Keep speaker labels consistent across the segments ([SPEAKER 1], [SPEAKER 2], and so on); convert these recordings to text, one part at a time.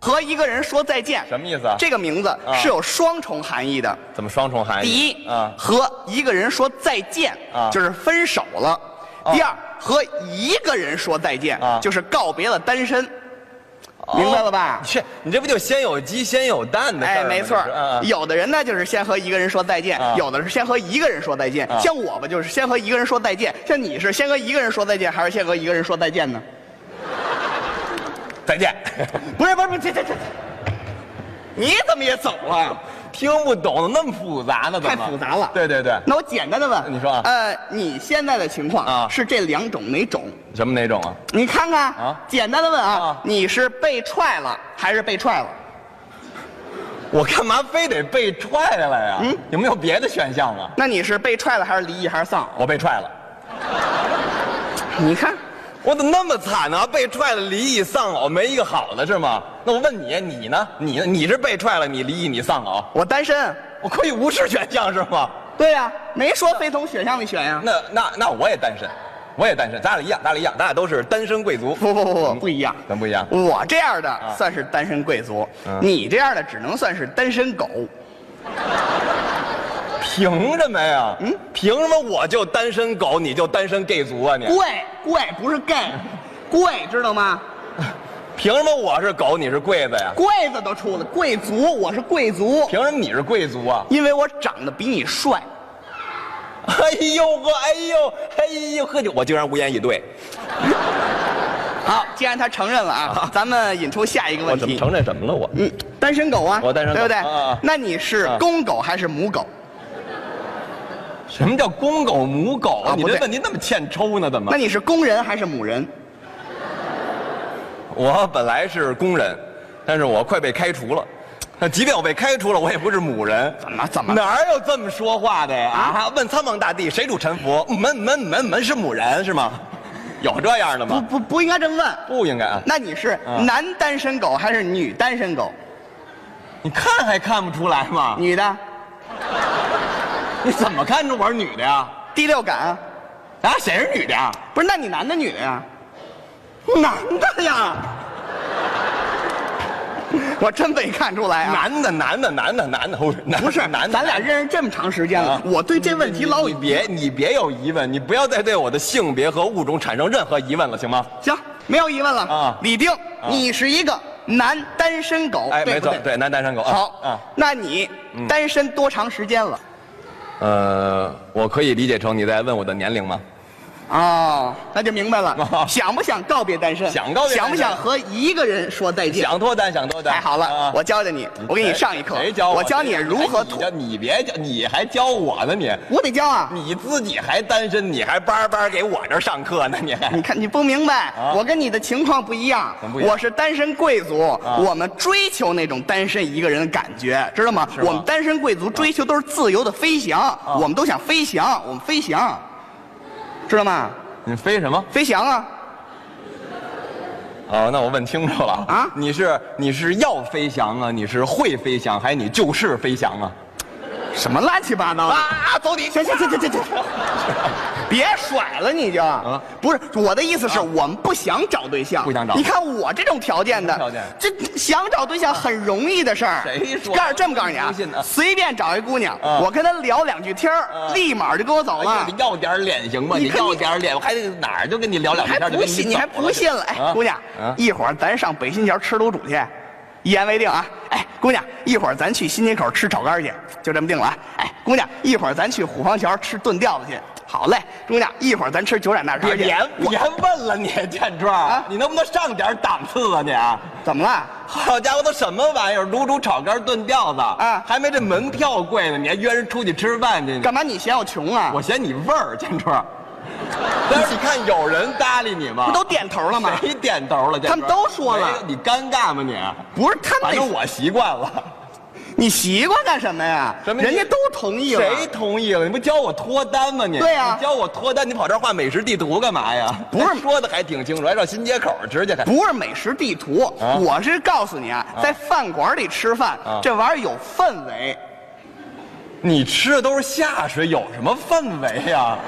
[SPEAKER 1] 和一个人说再见，
[SPEAKER 2] 什么意思啊？
[SPEAKER 1] 这个名字是有双重含义的。
[SPEAKER 2] 怎么双重含义？
[SPEAKER 1] 第一，
[SPEAKER 2] 啊，
[SPEAKER 1] 和一个人说再见，
[SPEAKER 2] 啊
[SPEAKER 1] 就是分手了；
[SPEAKER 2] 哦
[SPEAKER 1] 第二，和一个人说再见，
[SPEAKER 2] 啊
[SPEAKER 1] 就是告别了单身，明白了吧？
[SPEAKER 2] 切，哦你这不就先有鸡先有蛋的事儿
[SPEAKER 1] 哎，
[SPEAKER 2] 吗
[SPEAKER 1] 没错
[SPEAKER 2] 这是嗯，嗯
[SPEAKER 1] 有的人呢就是先和一个人说再见
[SPEAKER 2] 啊，
[SPEAKER 1] 有的是先和一个人说再见
[SPEAKER 2] 啊。
[SPEAKER 1] 像我吧，就是先和一个人说再见。像你是先和一个人说再见，还是先和一个人说再见呢？
[SPEAKER 2] 再见。
[SPEAKER 1] 不是，不是，不是，这这这，你怎么也走了？
[SPEAKER 2] 听不懂，那么复杂呢？怎么
[SPEAKER 1] 太复杂了
[SPEAKER 2] 对对对，
[SPEAKER 1] 那我简单的问，
[SPEAKER 2] 你说啊
[SPEAKER 1] 呃，你现在的情
[SPEAKER 2] 啊
[SPEAKER 1] 况是这两种哪种？
[SPEAKER 2] 什么哪种啊？
[SPEAKER 1] 你看看
[SPEAKER 2] 啊
[SPEAKER 1] 简单的问啊
[SPEAKER 2] 啊，
[SPEAKER 1] 你是被踹了还是被踹了？
[SPEAKER 2] 我干嘛非得被踹了呀？
[SPEAKER 1] 嗯
[SPEAKER 2] 有没有别的选项啊？
[SPEAKER 1] 那你是被踹了还是离异还是丧偶？
[SPEAKER 2] 我被踹了，
[SPEAKER 1] 你看，
[SPEAKER 2] 我怎么那么惨呢、被踹了，离异、丧偶，没一个好的是吗？那我问你，你呢？你呢？你是被踹了，你离异，你丧偶，
[SPEAKER 1] 我单身。
[SPEAKER 2] 我可以无视选项是吗？
[SPEAKER 1] 对呀、没说非从选项里选呀、
[SPEAKER 2] 那那那我也单身，我也单身，咱俩一样，咱俩一样，咱俩都是单身贵族，
[SPEAKER 1] 不不不不，不一样。
[SPEAKER 2] 怎么不一样？
[SPEAKER 1] 我这样的算是单身贵族，
[SPEAKER 2] 啊嗯
[SPEAKER 1] 你这样的只能算是单身狗。
[SPEAKER 2] 凭什么呀？嗯，凭什么我就单身狗，你就单身 gay 族啊你？
[SPEAKER 1] 贵贵不是 gay，贵知道吗？
[SPEAKER 2] 嗯凭什么我是狗，你是贵子呀？
[SPEAKER 1] 贵子都出了，贵族，我是贵族，
[SPEAKER 2] 凭什么你是贵族啊？
[SPEAKER 1] 因为我长得比你帅。
[SPEAKER 2] 哎呦呵，哎呦，哎呦呵，我竟然无言以对。
[SPEAKER 1] 好，既然他承认了啊，咱们引出下一个
[SPEAKER 2] 我
[SPEAKER 1] 问
[SPEAKER 2] 怎么
[SPEAKER 1] 题。
[SPEAKER 2] 承认什么了我？
[SPEAKER 1] 嗯，单身狗啊，
[SPEAKER 2] 我单身狗
[SPEAKER 1] 对不对？
[SPEAKER 2] 啊啊啊
[SPEAKER 1] 那你是
[SPEAKER 2] 啊
[SPEAKER 1] 公狗还是母狗？
[SPEAKER 2] 什么叫公狗母狗？
[SPEAKER 1] 啊
[SPEAKER 2] 你
[SPEAKER 1] 不
[SPEAKER 2] 这
[SPEAKER 1] 对
[SPEAKER 2] 问题那么欠抽呢？怎么
[SPEAKER 1] 那？你是公人还是母人？
[SPEAKER 2] 我本来是工人，但是我快被开除了。那即便我被开除了，我也不是母人。
[SPEAKER 1] 怎么怎么
[SPEAKER 2] 哪儿有这么说话的呀？啊，问苍茫大地，谁主沉浮？门门门门是母人是吗？有这样的
[SPEAKER 1] 不
[SPEAKER 2] 吗？
[SPEAKER 1] 不不应该这么问。
[SPEAKER 2] 不应该啊！
[SPEAKER 1] 那你是
[SPEAKER 2] 啊
[SPEAKER 1] 男单身狗还是女单身狗？
[SPEAKER 2] 你看还看不出来吗？
[SPEAKER 1] 女的，
[SPEAKER 2] 你怎么看出我是女的呀？
[SPEAKER 1] 第六感啊。
[SPEAKER 2] 啊，谁是女的呀？
[SPEAKER 1] 不是，那你男的女的呀？男的呀！ 我真没看出来啊！
[SPEAKER 2] 男的，男的，男的，男的，哦男的
[SPEAKER 1] 不是，
[SPEAKER 2] 男的，
[SPEAKER 1] 咱俩
[SPEAKER 2] 男的
[SPEAKER 1] 认识这么长时间了
[SPEAKER 2] 啊，
[SPEAKER 1] 我对这问题老
[SPEAKER 2] 你
[SPEAKER 1] 有
[SPEAKER 2] 别你别有疑问，你不要再对我的性别和物种产生任何疑问了，行吗？
[SPEAKER 1] 行，没有疑问了
[SPEAKER 2] 啊
[SPEAKER 1] 李丁，你是一个男单身狗，
[SPEAKER 2] 哎，
[SPEAKER 1] 哦对
[SPEAKER 2] 没
[SPEAKER 1] 不
[SPEAKER 2] 错
[SPEAKER 1] 对，？
[SPEAKER 2] 对，男单身狗。啊
[SPEAKER 1] 好
[SPEAKER 2] 啊，，嗯
[SPEAKER 1] 那你单身多长时间了？
[SPEAKER 2] 呃，我可以理解成你在问我的年龄吗？
[SPEAKER 1] 哦，那就明白
[SPEAKER 2] 啊
[SPEAKER 1] 了。 想不想告别单身？
[SPEAKER 2] 想告别单身
[SPEAKER 1] 想不想和一个人说再见？
[SPEAKER 2] 想脱单，想脱单。
[SPEAKER 1] 太好了
[SPEAKER 2] 啊，
[SPEAKER 1] 我教教你，我给你上一课。
[SPEAKER 2] 谁教我？
[SPEAKER 1] 我教你如何
[SPEAKER 2] 哎
[SPEAKER 1] 脱
[SPEAKER 2] 你教，你别教，你还教我呢，你
[SPEAKER 1] 我得教啊。
[SPEAKER 2] 你自己还单身，你还叭叭给我这儿上课呢，你 还
[SPEAKER 1] 你看，你不明白，
[SPEAKER 2] 啊
[SPEAKER 1] 我跟你的情况不一样
[SPEAKER 2] 怎么不一样啊
[SPEAKER 1] 我是单身贵族、我们追求那种单身一个人的感觉，知道吗？
[SPEAKER 2] 吗啊
[SPEAKER 1] 我们单身贵族追求都是自由的飞翔、我们都想飞翔，我们飞翔，知道吗？
[SPEAKER 2] 你飞什么？
[SPEAKER 1] 飞翔啊！
[SPEAKER 2] 哦，那我问清楚了
[SPEAKER 1] 啊
[SPEAKER 2] 你是你是要飞翔啊，你是会飞翔，还是你就是飞翔啊？
[SPEAKER 1] 什么乱七八糟的！啊啊！走你！行行行行行 行，别甩了你就。啊，不是我的意思是、我们不想找对象，
[SPEAKER 2] 啊不想找
[SPEAKER 1] 你看我这种条件的，
[SPEAKER 2] 什么条件
[SPEAKER 1] 这想找对象很容易的事儿。
[SPEAKER 2] 谁说
[SPEAKER 1] 告诉这么告诉你
[SPEAKER 2] 我
[SPEAKER 1] 啊
[SPEAKER 2] 不信啊，
[SPEAKER 1] 随便找一姑娘，
[SPEAKER 2] 啊
[SPEAKER 1] 我跟她聊两句天儿、
[SPEAKER 2] 啊
[SPEAKER 1] 立马就跟我走了。
[SPEAKER 2] 哎呀你要点脸行吗？
[SPEAKER 1] 你
[SPEAKER 2] 你
[SPEAKER 1] 看你
[SPEAKER 2] 要点脸，我还得哪儿就啊跟你聊两
[SPEAKER 1] 还
[SPEAKER 2] 天就
[SPEAKER 1] 不
[SPEAKER 2] 跟走
[SPEAKER 1] 信？
[SPEAKER 2] 了
[SPEAKER 1] 你还不信了？哎，
[SPEAKER 2] 啊
[SPEAKER 1] 姑娘
[SPEAKER 2] 啊，
[SPEAKER 1] 一会儿咱上北新桥吃卤煮去，一言为定啊！哎，姑娘，一会儿咱去新街口吃炒肝去，就这么定了啊！哎，姑娘，一会儿咱去虎坊桥吃炖吊子去。好嘞，姑娘，一会儿咱吃九盏大
[SPEAKER 2] 别
[SPEAKER 1] 肠去
[SPEAKER 2] 别。
[SPEAKER 1] 我
[SPEAKER 2] 别问了你，建川，
[SPEAKER 1] 啊
[SPEAKER 2] 你能不能上点档次啊你啊？
[SPEAKER 1] 怎么了？
[SPEAKER 2] 好家伙，都什么玩意儿？卤煮、炒肝、炖吊子
[SPEAKER 1] 啊
[SPEAKER 2] 还没这门票贵呢，你还约人出去吃饭去？
[SPEAKER 1] 干嘛你嫌我穷啊？
[SPEAKER 2] 我嫌你味儿，建川。但是你看有人搭理你吗？
[SPEAKER 1] 不 都点头了吗？
[SPEAKER 2] 谁点头了？建
[SPEAKER 1] 他们
[SPEAKER 2] 川
[SPEAKER 1] 都说了
[SPEAKER 2] 没有你尴尬吗你？
[SPEAKER 1] 不是他
[SPEAKER 2] 反正
[SPEAKER 1] 们，
[SPEAKER 2] 我习惯了。
[SPEAKER 1] 你习惯干什么呀？
[SPEAKER 2] 什么意思
[SPEAKER 1] 人家都同意了。
[SPEAKER 2] 谁同意了？你不教我脱单吗你？
[SPEAKER 1] 对呀
[SPEAKER 2] 你教我脱单，你跑这儿画美食地图干嘛呀？
[SPEAKER 1] 不是
[SPEAKER 2] 说的还挺清楚，还到新街口吃去还。
[SPEAKER 1] 不是美食地图，
[SPEAKER 2] 啊
[SPEAKER 1] 我是告诉你啊，在饭馆里吃饭，
[SPEAKER 2] 啊
[SPEAKER 1] 这玩意儿有氛围。
[SPEAKER 2] 你吃的都是下水，有什么氛围呀？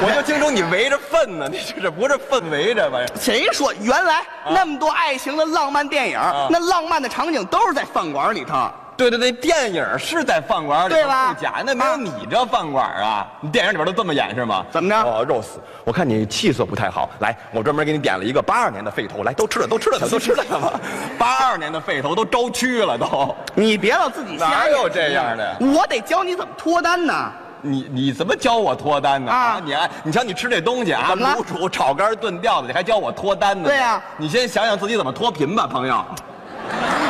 [SPEAKER 2] 我就听出你围着粪呢，你这是不是粪围着玩意儿？
[SPEAKER 1] 谁说原来
[SPEAKER 2] 啊
[SPEAKER 1] 那么多爱情的浪漫电影，那浪漫的场景都是在饭馆里头？
[SPEAKER 2] 对对对，电影是在饭馆里头
[SPEAKER 1] 对吧
[SPEAKER 2] 不假，那没有你这饭馆啊！你电影里边都这么演是吗？
[SPEAKER 1] 怎么着
[SPEAKER 2] 哦，Rose，我看你气色不太好，来，我专门给你点了一个八二年的肺头，来，都吃了，都吃了它，都吃了它 吧。八二年的肺头都招蛆了都，
[SPEAKER 1] 你别老自己瞎
[SPEAKER 2] 哪
[SPEAKER 1] 演啊
[SPEAKER 2] 有这样的？
[SPEAKER 1] 我得教你怎么脱单呢。
[SPEAKER 2] 你你怎么教我脱单呢？
[SPEAKER 1] 啊
[SPEAKER 2] 你哎你瞧你吃这东西啊，
[SPEAKER 1] 怎么了
[SPEAKER 2] 卤煮、炒肝、炖吊子，你还教我脱单呢？
[SPEAKER 1] 对啊呀
[SPEAKER 2] 你先想想自己怎么脱贫吧，朋友。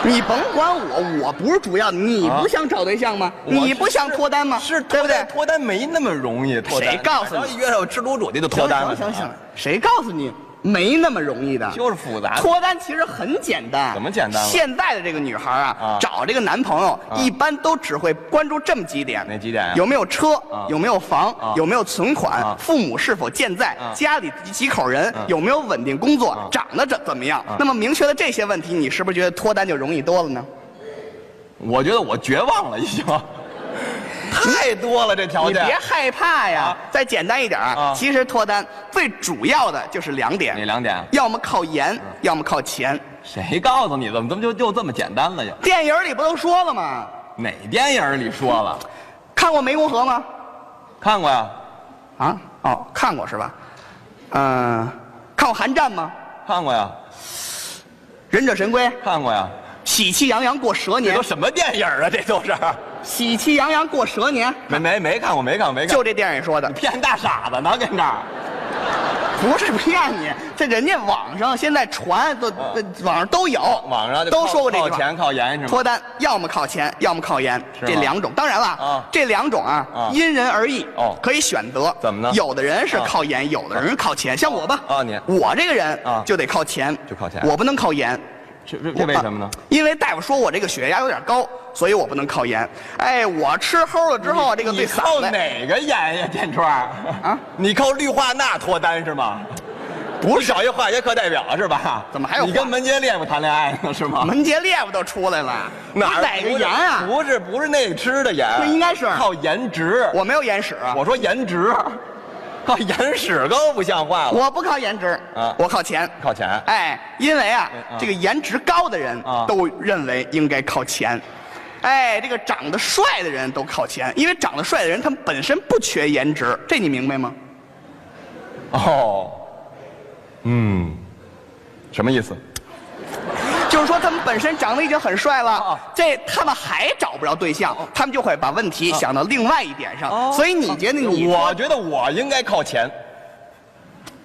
[SPEAKER 1] 你甭管我，我不是主要，你不想找对象吗？你不想脱单吗？
[SPEAKER 2] 啊是
[SPEAKER 1] 对
[SPEAKER 2] 脱
[SPEAKER 1] 不对
[SPEAKER 2] 单，？脱单没那么容易。脱单
[SPEAKER 1] 谁告诉你
[SPEAKER 2] 只要一约上吃卤煮的就脱单了。啊
[SPEAKER 1] 行行行，谁告诉你没那么容易的？
[SPEAKER 2] 就是复杂。
[SPEAKER 1] 脱单其实很简单，
[SPEAKER 2] 啊怎么简单了
[SPEAKER 1] 现在的这个女孩啊，
[SPEAKER 2] 啊
[SPEAKER 1] 找这个男朋友、一般都只会关注这么几点。
[SPEAKER 2] 哪几点啊
[SPEAKER 1] 有没有车？
[SPEAKER 2] 啊
[SPEAKER 1] 有没有房？
[SPEAKER 2] 啊
[SPEAKER 1] 有没有存款？
[SPEAKER 2] 啊
[SPEAKER 1] 父母是否健在？
[SPEAKER 2] 啊
[SPEAKER 1] 家里几几口人？有没有稳定工作？长得怎怎么样？
[SPEAKER 2] 啊
[SPEAKER 1] 那么明确了这些问题，你是不是觉得脱单就容易多了呢？
[SPEAKER 2] 我觉得我绝望了，已经。太多了，这条
[SPEAKER 1] 你
[SPEAKER 2] 件。
[SPEAKER 1] 别害怕呀，
[SPEAKER 2] 啊
[SPEAKER 1] 再简单一点啊
[SPEAKER 2] 啊
[SPEAKER 1] 其实脱单最主要的就是两点，
[SPEAKER 2] 哪两点
[SPEAKER 1] 要么靠颜，
[SPEAKER 2] 嗯
[SPEAKER 1] 要么靠钱。
[SPEAKER 2] 谁告诉你的？怎么怎么就就这么简单了呀？
[SPEAKER 1] 电影里不都说了吗？
[SPEAKER 2] 哪电影里说了？
[SPEAKER 1] 看过《湄公河》吗？
[SPEAKER 2] 看过呀，
[SPEAKER 1] 啊，哦，看过是吧？嗯、看过《寒战》吗？
[SPEAKER 2] 看过呀，
[SPEAKER 1] 忍者神龟，
[SPEAKER 2] 看过呀。
[SPEAKER 1] 喜气洋洋过蛇
[SPEAKER 2] 这
[SPEAKER 1] 年
[SPEAKER 2] 都，什么电影啊？这都是
[SPEAKER 1] 喜气洋洋过蛇年，
[SPEAKER 2] 没没没看过，没看过，没看过。
[SPEAKER 1] 就这电影说的，
[SPEAKER 2] 骗大傻子呢，跟这儿。
[SPEAKER 1] 不是骗你，这人家网上现在传都、呃网上都有，
[SPEAKER 2] 哦网上就
[SPEAKER 1] 都
[SPEAKER 2] 靠
[SPEAKER 1] 说过这句
[SPEAKER 2] 靠
[SPEAKER 1] 话。
[SPEAKER 2] 钱靠颜是吗？
[SPEAKER 1] 脱单要么靠钱，要么靠颜，
[SPEAKER 2] 是吗
[SPEAKER 1] 这两种。当然了，
[SPEAKER 2] 啊
[SPEAKER 1] 这两种啊，
[SPEAKER 2] 啊
[SPEAKER 1] 因人而异，
[SPEAKER 2] 哦
[SPEAKER 1] 可以选择。
[SPEAKER 2] 怎么呢
[SPEAKER 1] 有的人是
[SPEAKER 2] 啊
[SPEAKER 1] 靠颜，有的人是靠钱。像我吧，
[SPEAKER 2] 啊你
[SPEAKER 1] 我这个人
[SPEAKER 2] 啊
[SPEAKER 1] 就得靠钱，
[SPEAKER 2] 就靠钱
[SPEAKER 1] 我不能靠颜。
[SPEAKER 2] 这这这为什么呢
[SPEAKER 1] 啊？因为大夫说我这个血压有点高，所以我不能靠盐。哎，我吃齁了之后，这个
[SPEAKER 2] 你
[SPEAKER 1] 对嗓
[SPEAKER 2] 靠
[SPEAKER 1] 子
[SPEAKER 2] 哪个盐呀，建川？啊，你靠氯化钠脱单是吗？不是，找一化学课代表是吧？
[SPEAKER 1] 怎么还有
[SPEAKER 2] 你
[SPEAKER 1] 化
[SPEAKER 2] 跟门捷列夫谈恋爱呢是吗？
[SPEAKER 1] 门捷列夫都出来了，
[SPEAKER 2] 儿
[SPEAKER 1] 我哪个盐啊？
[SPEAKER 2] 不是不是那吃的盐，
[SPEAKER 1] 那应该是
[SPEAKER 2] 靠颜值。
[SPEAKER 1] 我没有啊眼屎，
[SPEAKER 2] 我说颜值，靠眼屎更不像话了。
[SPEAKER 1] 我不靠颜值
[SPEAKER 2] 啊，
[SPEAKER 1] 我靠钱。
[SPEAKER 2] 靠钱，
[SPEAKER 1] 哎，因为啊
[SPEAKER 2] 嗯，
[SPEAKER 1] 这个颜值高的人
[SPEAKER 2] 啊
[SPEAKER 1] 都认为应该靠钱。哎，这个长得帅的人都靠钱，因为长得帅的人他们本身不缺颜值，这你明白吗？
[SPEAKER 2] 哦，嗯，什么意思？
[SPEAKER 1] 就是说他们本身长得已经很帅了
[SPEAKER 2] 哦，
[SPEAKER 1] 这他们还找不着对象，他们就会把问题想到另外一点上。
[SPEAKER 2] 哦
[SPEAKER 1] 所以你觉得你
[SPEAKER 2] 我觉得我应该靠钱。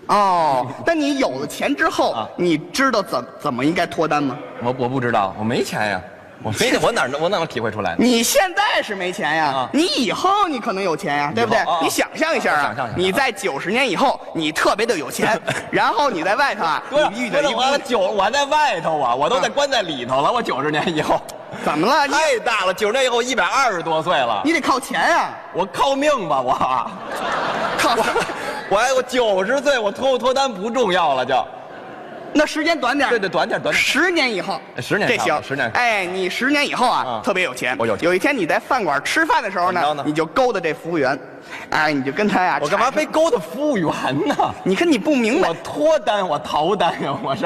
[SPEAKER 1] 哦，那你有了钱之后
[SPEAKER 2] 啊，
[SPEAKER 1] 你知道怎怎么应该脱单吗？
[SPEAKER 2] 我我不知道，我没钱呀，我没我哪我哪能体会出来呢？
[SPEAKER 1] 你现在是没钱呀
[SPEAKER 2] 啊，
[SPEAKER 1] 你以后你可能有钱呀，对不对
[SPEAKER 2] 以后啊？啊
[SPEAKER 1] 你想象一下
[SPEAKER 2] 想象
[SPEAKER 1] 啊
[SPEAKER 2] 一下，啊
[SPEAKER 1] 你在九十年以后，你特别的有钱， 然后你在外头啊，
[SPEAKER 2] 对了
[SPEAKER 1] 你遇，
[SPEAKER 2] 对
[SPEAKER 1] 见
[SPEAKER 2] 了，
[SPEAKER 1] 一
[SPEAKER 2] 我
[SPEAKER 1] 姑
[SPEAKER 2] 九我在外头啊，我都在关在里头了。我九十年以后
[SPEAKER 1] 怎么了？你
[SPEAKER 2] 太大了，九十年以后一百二十多岁了，
[SPEAKER 1] 你得靠钱呀，
[SPEAKER 2] 我靠命吧 我，
[SPEAKER 1] 靠什么？
[SPEAKER 2] 我还我九十岁，我脱不脱单不重要了就。
[SPEAKER 1] 那时间短点儿
[SPEAKER 2] 对。对，短点短点。
[SPEAKER 1] 十年以后，
[SPEAKER 2] 十年
[SPEAKER 1] 这
[SPEAKER 2] 差不
[SPEAKER 1] 行，
[SPEAKER 2] 多十年
[SPEAKER 1] 哎，你十年以后啊
[SPEAKER 2] 啊，
[SPEAKER 1] 特别有钱。
[SPEAKER 2] 我有钱
[SPEAKER 1] 有一天你在饭馆吃饭的时候
[SPEAKER 2] 怎么
[SPEAKER 1] 呢
[SPEAKER 2] 着，呢
[SPEAKER 1] 你就勾搭这服务员，哎，你就跟他呀，
[SPEAKER 2] 我干嘛非勾搭服务员呢？
[SPEAKER 1] 你看你不明白
[SPEAKER 2] 我，脱单，我逃单呀，我是。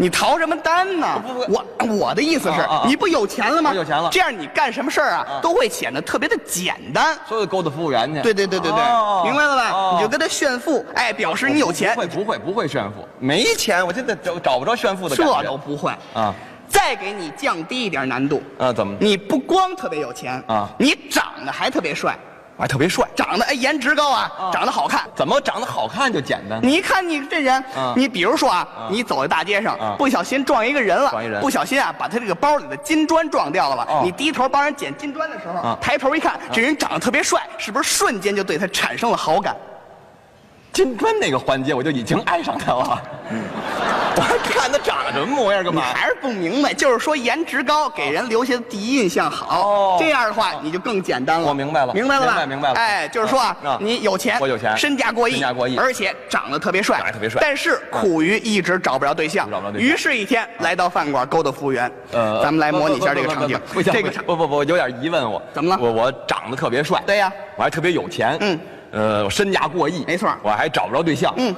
[SPEAKER 1] 你逃什么单呢？
[SPEAKER 2] 不不
[SPEAKER 1] 我我的意思是
[SPEAKER 2] 啊啊啊，
[SPEAKER 1] 你不有钱了吗？
[SPEAKER 2] 我有钱了
[SPEAKER 1] 这样你干什么事儿啊，都会显得特别的简单。
[SPEAKER 2] 所以勾搭服务员去。
[SPEAKER 1] 对对对对
[SPEAKER 2] 哦
[SPEAKER 1] 对，明白了吧
[SPEAKER 2] 哦？
[SPEAKER 1] 你就跟他炫富，哎，表示你有钱
[SPEAKER 2] 不，会不会不会炫富，没钱，我现在找找不着炫富的
[SPEAKER 1] 这
[SPEAKER 2] 感觉。
[SPEAKER 1] 都不会。
[SPEAKER 2] 啊
[SPEAKER 1] 再给你降低一点难度，
[SPEAKER 2] 啊，怎么？
[SPEAKER 1] 你不光特别有钱
[SPEAKER 2] 啊
[SPEAKER 1] 你长得还特别帅。
[SPEAKER 2] 我还特别帅，
[SPEAKER 1] 长得哎颜值高啊，
[SPEAKER 2] 啊
[SPEAKER 1] 长得好看。
[SPEAKER 2] 怎么长得好看就简单？
[SPEAKER 1] 你一看你这人
[SPEAKER 2] 啊，
[SPEAKER 1] 你比如说啊，你走在大街上
[SPEAKER 2] 啊，
[SPEAKER 1] 不小心撞一个人了
[SPEAKER 2] 撞一，人
[SPEAKER 1] 不小心啊，把他这个包里的金砖撞掉了
[SPEAKER 2] 哦。
[SPEAKER 1] 你低头帮人捡金砖的时候
[SPEAKER 2] 啊，
[SPEAKER 1] 抬头一看，这人长得特别帅，是不是瞬间就对他产生了好感？
[SPEAKER 2] 金砖那个环节我就已经爱上他了，嗯我还看他长得什么模样干
[SPEAKER 1] 你
[SPEAKER 2] 嘛？
[SPEAKER 1] 还是不明白，就是说颜值高给人留下的第一印象好
[SPEAKER 2] 哦，
[SPEAKER 1] 这样的话你就更简单了。
[SPEAKER 2] 我明白了
[SPEAKER 1] 明白了吧？
[SPEAKER 2] 明白明白了
[SPEAKER 1] 哎，就是说
[SPEAKER 2] 啊
[SPEAKER 1] 啊
[SPEAKER 2] 啊，
[SPEAKER 1] 你有钱，
[SPEAKER 2] 我有钱
[SPEAKER 1] 身价过亿，
[SPEAKER 2] 身价过亿
[SPEAKER 1] 而且长得特别帅，
[SPEAKER 2] 长得特别帅
[SPEAKER 1] 但是苦于一直找不着对象，
[SPEAKER 2] 找不着对象
[SPEAKER 1] 于是，一天来到饭馆勾搭服务员，咱们来模拟一下这个场景
[SPEAKER 2] 呃不不不不不不不
[SPEAKER 1] 这
[SPEAKER 2] 不不
[SPEAKER 1] 个
[SPEAKER 2] 不
[SPEAKER 1] 场，
[SPEAKER 2] 不不不，有点疑问我
[SPEAKER 1] 怎么了
[SPEAKER 2] 我我长得特别帅，
[SPEAKER 1] 对呀
[SPEAKER 2] 我还特别有钱，
[SPEAKER 1] 嗯，
[SPEAKER 2] 呃，我身价过亿，
[SPEAKER 1] 没错
[SPEAKER 2] 我还找不着对象，嗯，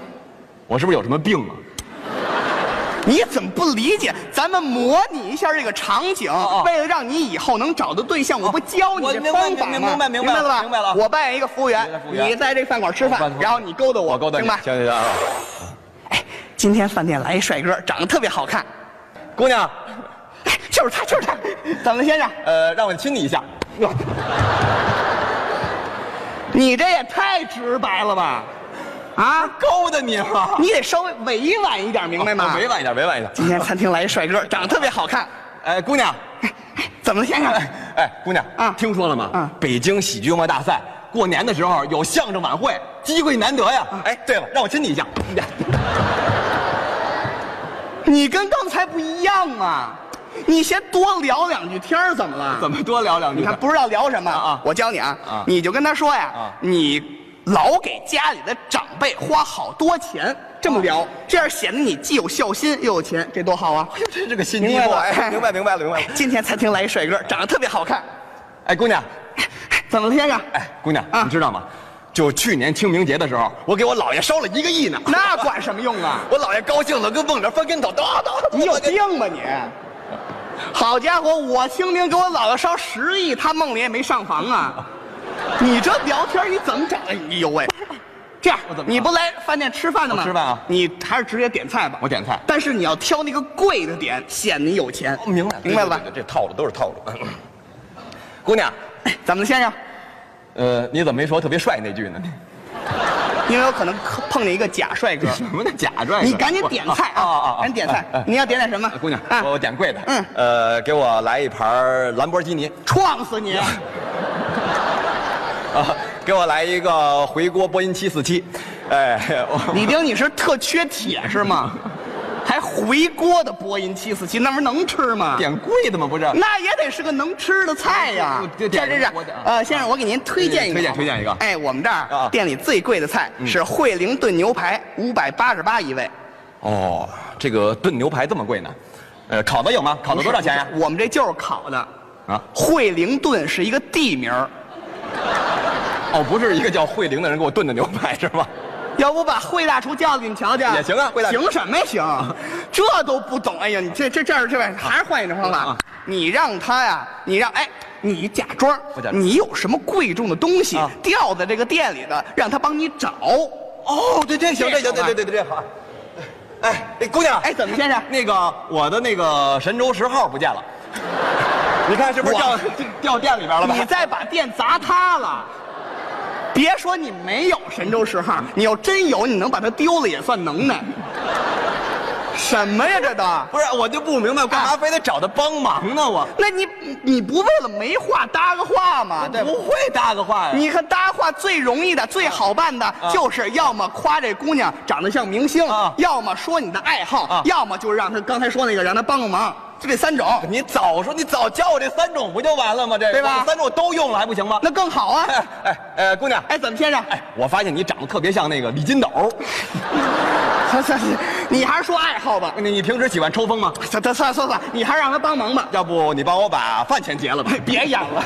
[SPEAKER 2] 我是不是有什么病啊？
[SPEAKER 1] 你怎么不理解？咱们模拟一下这个场景，
[SPEAKER 2] 哦哦哦
[SPEAKER 1] 为了让你以后能找到对象，我不教你
[SPEAKER 2] 我
[SPEAKER 1] 这
[SPEAKER 2] 明白
[SPEAKER 1] 方法吗？
[SPEAKER 2] 明白明白明白
[SPEAKER 1] 了吧？
[SPEAKER 2] 明白了
[SPEAKER 1] 我扮演一个服务员
[SPEAKER 2] 你在服务，员
[SPEAKER 1] 你在这饭馆吃
[SPEAKER 2] 我扮
[SPEAKER 1] 饭
[SPEAKER 2] 演服，务员
[SPEAKER 1] 然后你勾搭我，
[SPEAKER 2] 我勾搭你，
[SPEAKER 1] 行吧？
[SPEAKER 2] 行行行，
[SPEAKER 1] 哎，今天饭店来一帅哥，长得特别好看，
[SPEAKER 2] 姑娘，
[SPEAKER 1] 哎，就是他，就是他，怎么了，先生？
[SPEAKER 2] 呃，让我亲你一下。
[SPEAKER 1] 你这也太直白了吧？啊，
[SPEAKER 2] 勾搭你了。
[SPEAKER 1] 你得稍微委婉一点，明白吗？
[SPEAKER 2] 哦委婉一点，委婉一点。
[SPEAKER 1] 今天餐厅来一帅哥，长得特别好看，
[SPEAKER 2] 哎，姑娘，
[SPEAKER 1] 怎么了，先生？
[SPEAKER 2] 哎，姑娘，
[SPEAKER 1] 啊
[SPEAKER 2] 听说了吗？
[SPEAKER 1] 啊
[SPEAKER 2] 北京喜剧幽默大赛过年的时候有相声晚会，机会难得呀。
[SPEAKER 1] 啊
[SPEAKER 2] 哎，对了，让我亲你一下。呀
[SPEAKER 1] 你跟刚才不一样嘛，你先多聊两句天儿，怎么了？
[SPEAKER 2] 怎么多聊两句？
[SPEAKER 1] 你看不知道聊什么
[SPEAKER 2] 啊啊
[SPEAKER 1] 我教你啊，
[SPEAKER 2] 啊
[SPEAKER 1] 你就跟他说呀，
[SPEAKER 2] 啊
[SPEAKER 1] 你老给家里的长辈花好多钱，这么
[SPEAKER 2] 哦
[SPEAKER 1] 聊，这样显得你既有孝心又有钱，这多好啊！
[SPEAKER 2] 哎呦， 这是个心
[SPEAKER 1] 明
[SPEAKER 2] 机
[SPEAKER 1] 白了
[SPEAKER 2] boy。哎 明白，明白了，明白了。
[SPEAKER 1] 今天餐厅来一帅哥，长得特别好看，
[SPEAKER 2] 哎，姑娘，
[SPEAKER 1] 怎么了，先生？
[SPEAKER 2] 哎，姑娘，
[SPEAKER 1] 啊
[SPEAKER 2] 你知道吗？就去年清明节的时候，我给我姥爷烧了一个亿呢。
[SPEAKER 1] 那管什么用啊？
[SPEAKER 2] 我姥爷高兴的跟蹦着翻跟头，哒哒。
[SPEAKER 1] 你有病吧你？好家伙，我清明给我姥姥烧十亿，他梦里也没上房 啊！你这聊天你怎么整？哎呦喂，这样
[SPEAKER 2] 我怎么
[SPEAKER 1] 你不来饭店吃饭的吗？
[SPEAKER 2] 我吃饭啊
[SPEAKER 1] 你还是直接点菜吧。
[SPEAKER 2] 我点菜
[SPEAKER 1] 但是你要挑那个贵的点，显你有钱。
[SPEAKER 2] 哦明白了，
[SPEAKER 1] 明白了吧
[SPEAKER 2] 对？对对这套路都是套路。姑娘，
[SPEAKER 1] 哎咱们先生，
[SPEAKER 2] 呃，你怎么没说特别帅那句 呢？
[SPEAKER 1] 因为有可能碰见一个假帅哥，
[SPEAKER 2] 什么的假哦拽？
[SPEAKER 1] 你赶紧点菜啊！赶紧点
[SPEAKER 2] 哎
[SPEAKER 1] 菜。你要点点什么？
[SPEAKER 2] 姑娘，
[SPEAKER 1] 啊
[SPEAKER 2] 我，我点贵的。
[SPEAKER 1] 嗯
[SPEAKER 2] 呃，给我来一盘兰博基尼
[SPEAKER 1] 撞死你！
[SPEAKER 2] 啊，给我来一个回锅波音七四七。哎，我
[SPEAKER 1] 李丁，你是特缺铁是吗？还回锅的波音七四七，那玩意儿能吃吗？
[SPEAKER 2] 点贵的吗？不是。
[SPEAKER 1] 那也得是个能吃的菜呀
[SPEAKER 2] 我。
[SPEAKER 1] 这
[SPEAKER 2] 这
[SPEAKER 1] 这
[SPEAKER 2] 哎点
[SPEAKER 1] 这
[SPEAKER 2] 我点，
[SPEAKER 1] 呃，先生，我给您推荐一个，
[SPEAKER 2] 推荐推荐一个
[SPEAKER 1] 哎，我们这儿
[SPEAKER 2] 啊嗯
[SPEAKER 1] 店里最贵的菜是惠灵炖牛排，五百八十八一位。
[SPEAKER 2] 哦，这个炖牛排这么贵呢？呃，烤的有吗？烤的多少钱呀？
[SPEAKER 1] 我们这就是烤的。
[SPEAKER 2] 啊，
[SPEAKER 1] 惠灵顿是一个地名儿
[SPEAKER 2] 哦，不是一个叫慧玲的人给我炖的牛排是吗？
[SPEAKER 1] 要不把惠大厨叫来，你们瞧瞧
[SPEAKER 2] 也行啊惠大厨啊
[SPEAKER 1] 行什么呀行？这都不懂，哎呀，你这这这儿这外还是换一种方
[SPEAKER 2] 啊
[SPEAKER 1] 法
[SPEAKER 2] 啊，
[SPEAKER 1] 你让他呀，你让哎，你假装
[SPEAKER 2] 我假装
[SPEAKER 1] 你有什么贵重的东西
[SPEAKER 2] 啊
[SPEAKER 1] 掉在这个店里的，让他帮你找。
[SPEAKER 2] 哦，对，这行，
[SPEAKER 1] 这
[SPEAKER 2] 这
[SPEAKER 1] 行
[SPEAKER 2] 行，对对对对，这好。哎，哎姑娘，
[SPEAKER 1] 哎，怎么先生？
[SPEAKER 2] 那个我的那个神州十号不见 了，你看是不是掉 掉店里边了吧
[SPEAKER 1] 你？再把店砸塌了。别说你没有神州十号，你要真有，你能把它丢了也算能 耐。什么呀，这都？
[SPEAKER 2] 不是，我就不明白，
[SPEAKER 1] 啊
[SPEAKER 2] 干嘛非得找他帮忙呢？我
[SPEAKER 1] 那你你不为了没话搭个话吗？对吧？
[SPEAKER 2] 不会搭个话呀。
[SPEAKER 1] 你看搭话最容易的、最好办的，就是要么夸这姑娘长得像明星
[SPEAKER 2] 啊，
[SPEAKER 1] 要么说你的爱好
[SPEAKER 2] 啊，
[SPEAKER 1] 要么就是让她刚才说那个让她帮个忙，就这三种，
[SPEAKER 2] 你早说，你早教我这三种不就完了吗？这
[SPEAKER 1] 对吧
[SPEAKER 2] 我三种我都用了还不行吗？
[SPEAKER 1] 那更好 啊！
[SPEAKER 2] 哎哎哎，姑娘，
[SPEAKER 1] 哎，怎么先生？
[SPEAKER 2] 哎，我发现你长得特别像那个李金斗，
[SPEAKER 1] 算算， 你还是说爱好吧。
[SPEAKER 2] 你你平时喜欢抽风吗？
[SPEAKER 1] 算算算算，你还是让她帮忙吧。哎
[SPEAKER 2] 要不你帮我把饭钱结了吧？
[SPEAKER 1] 别养了，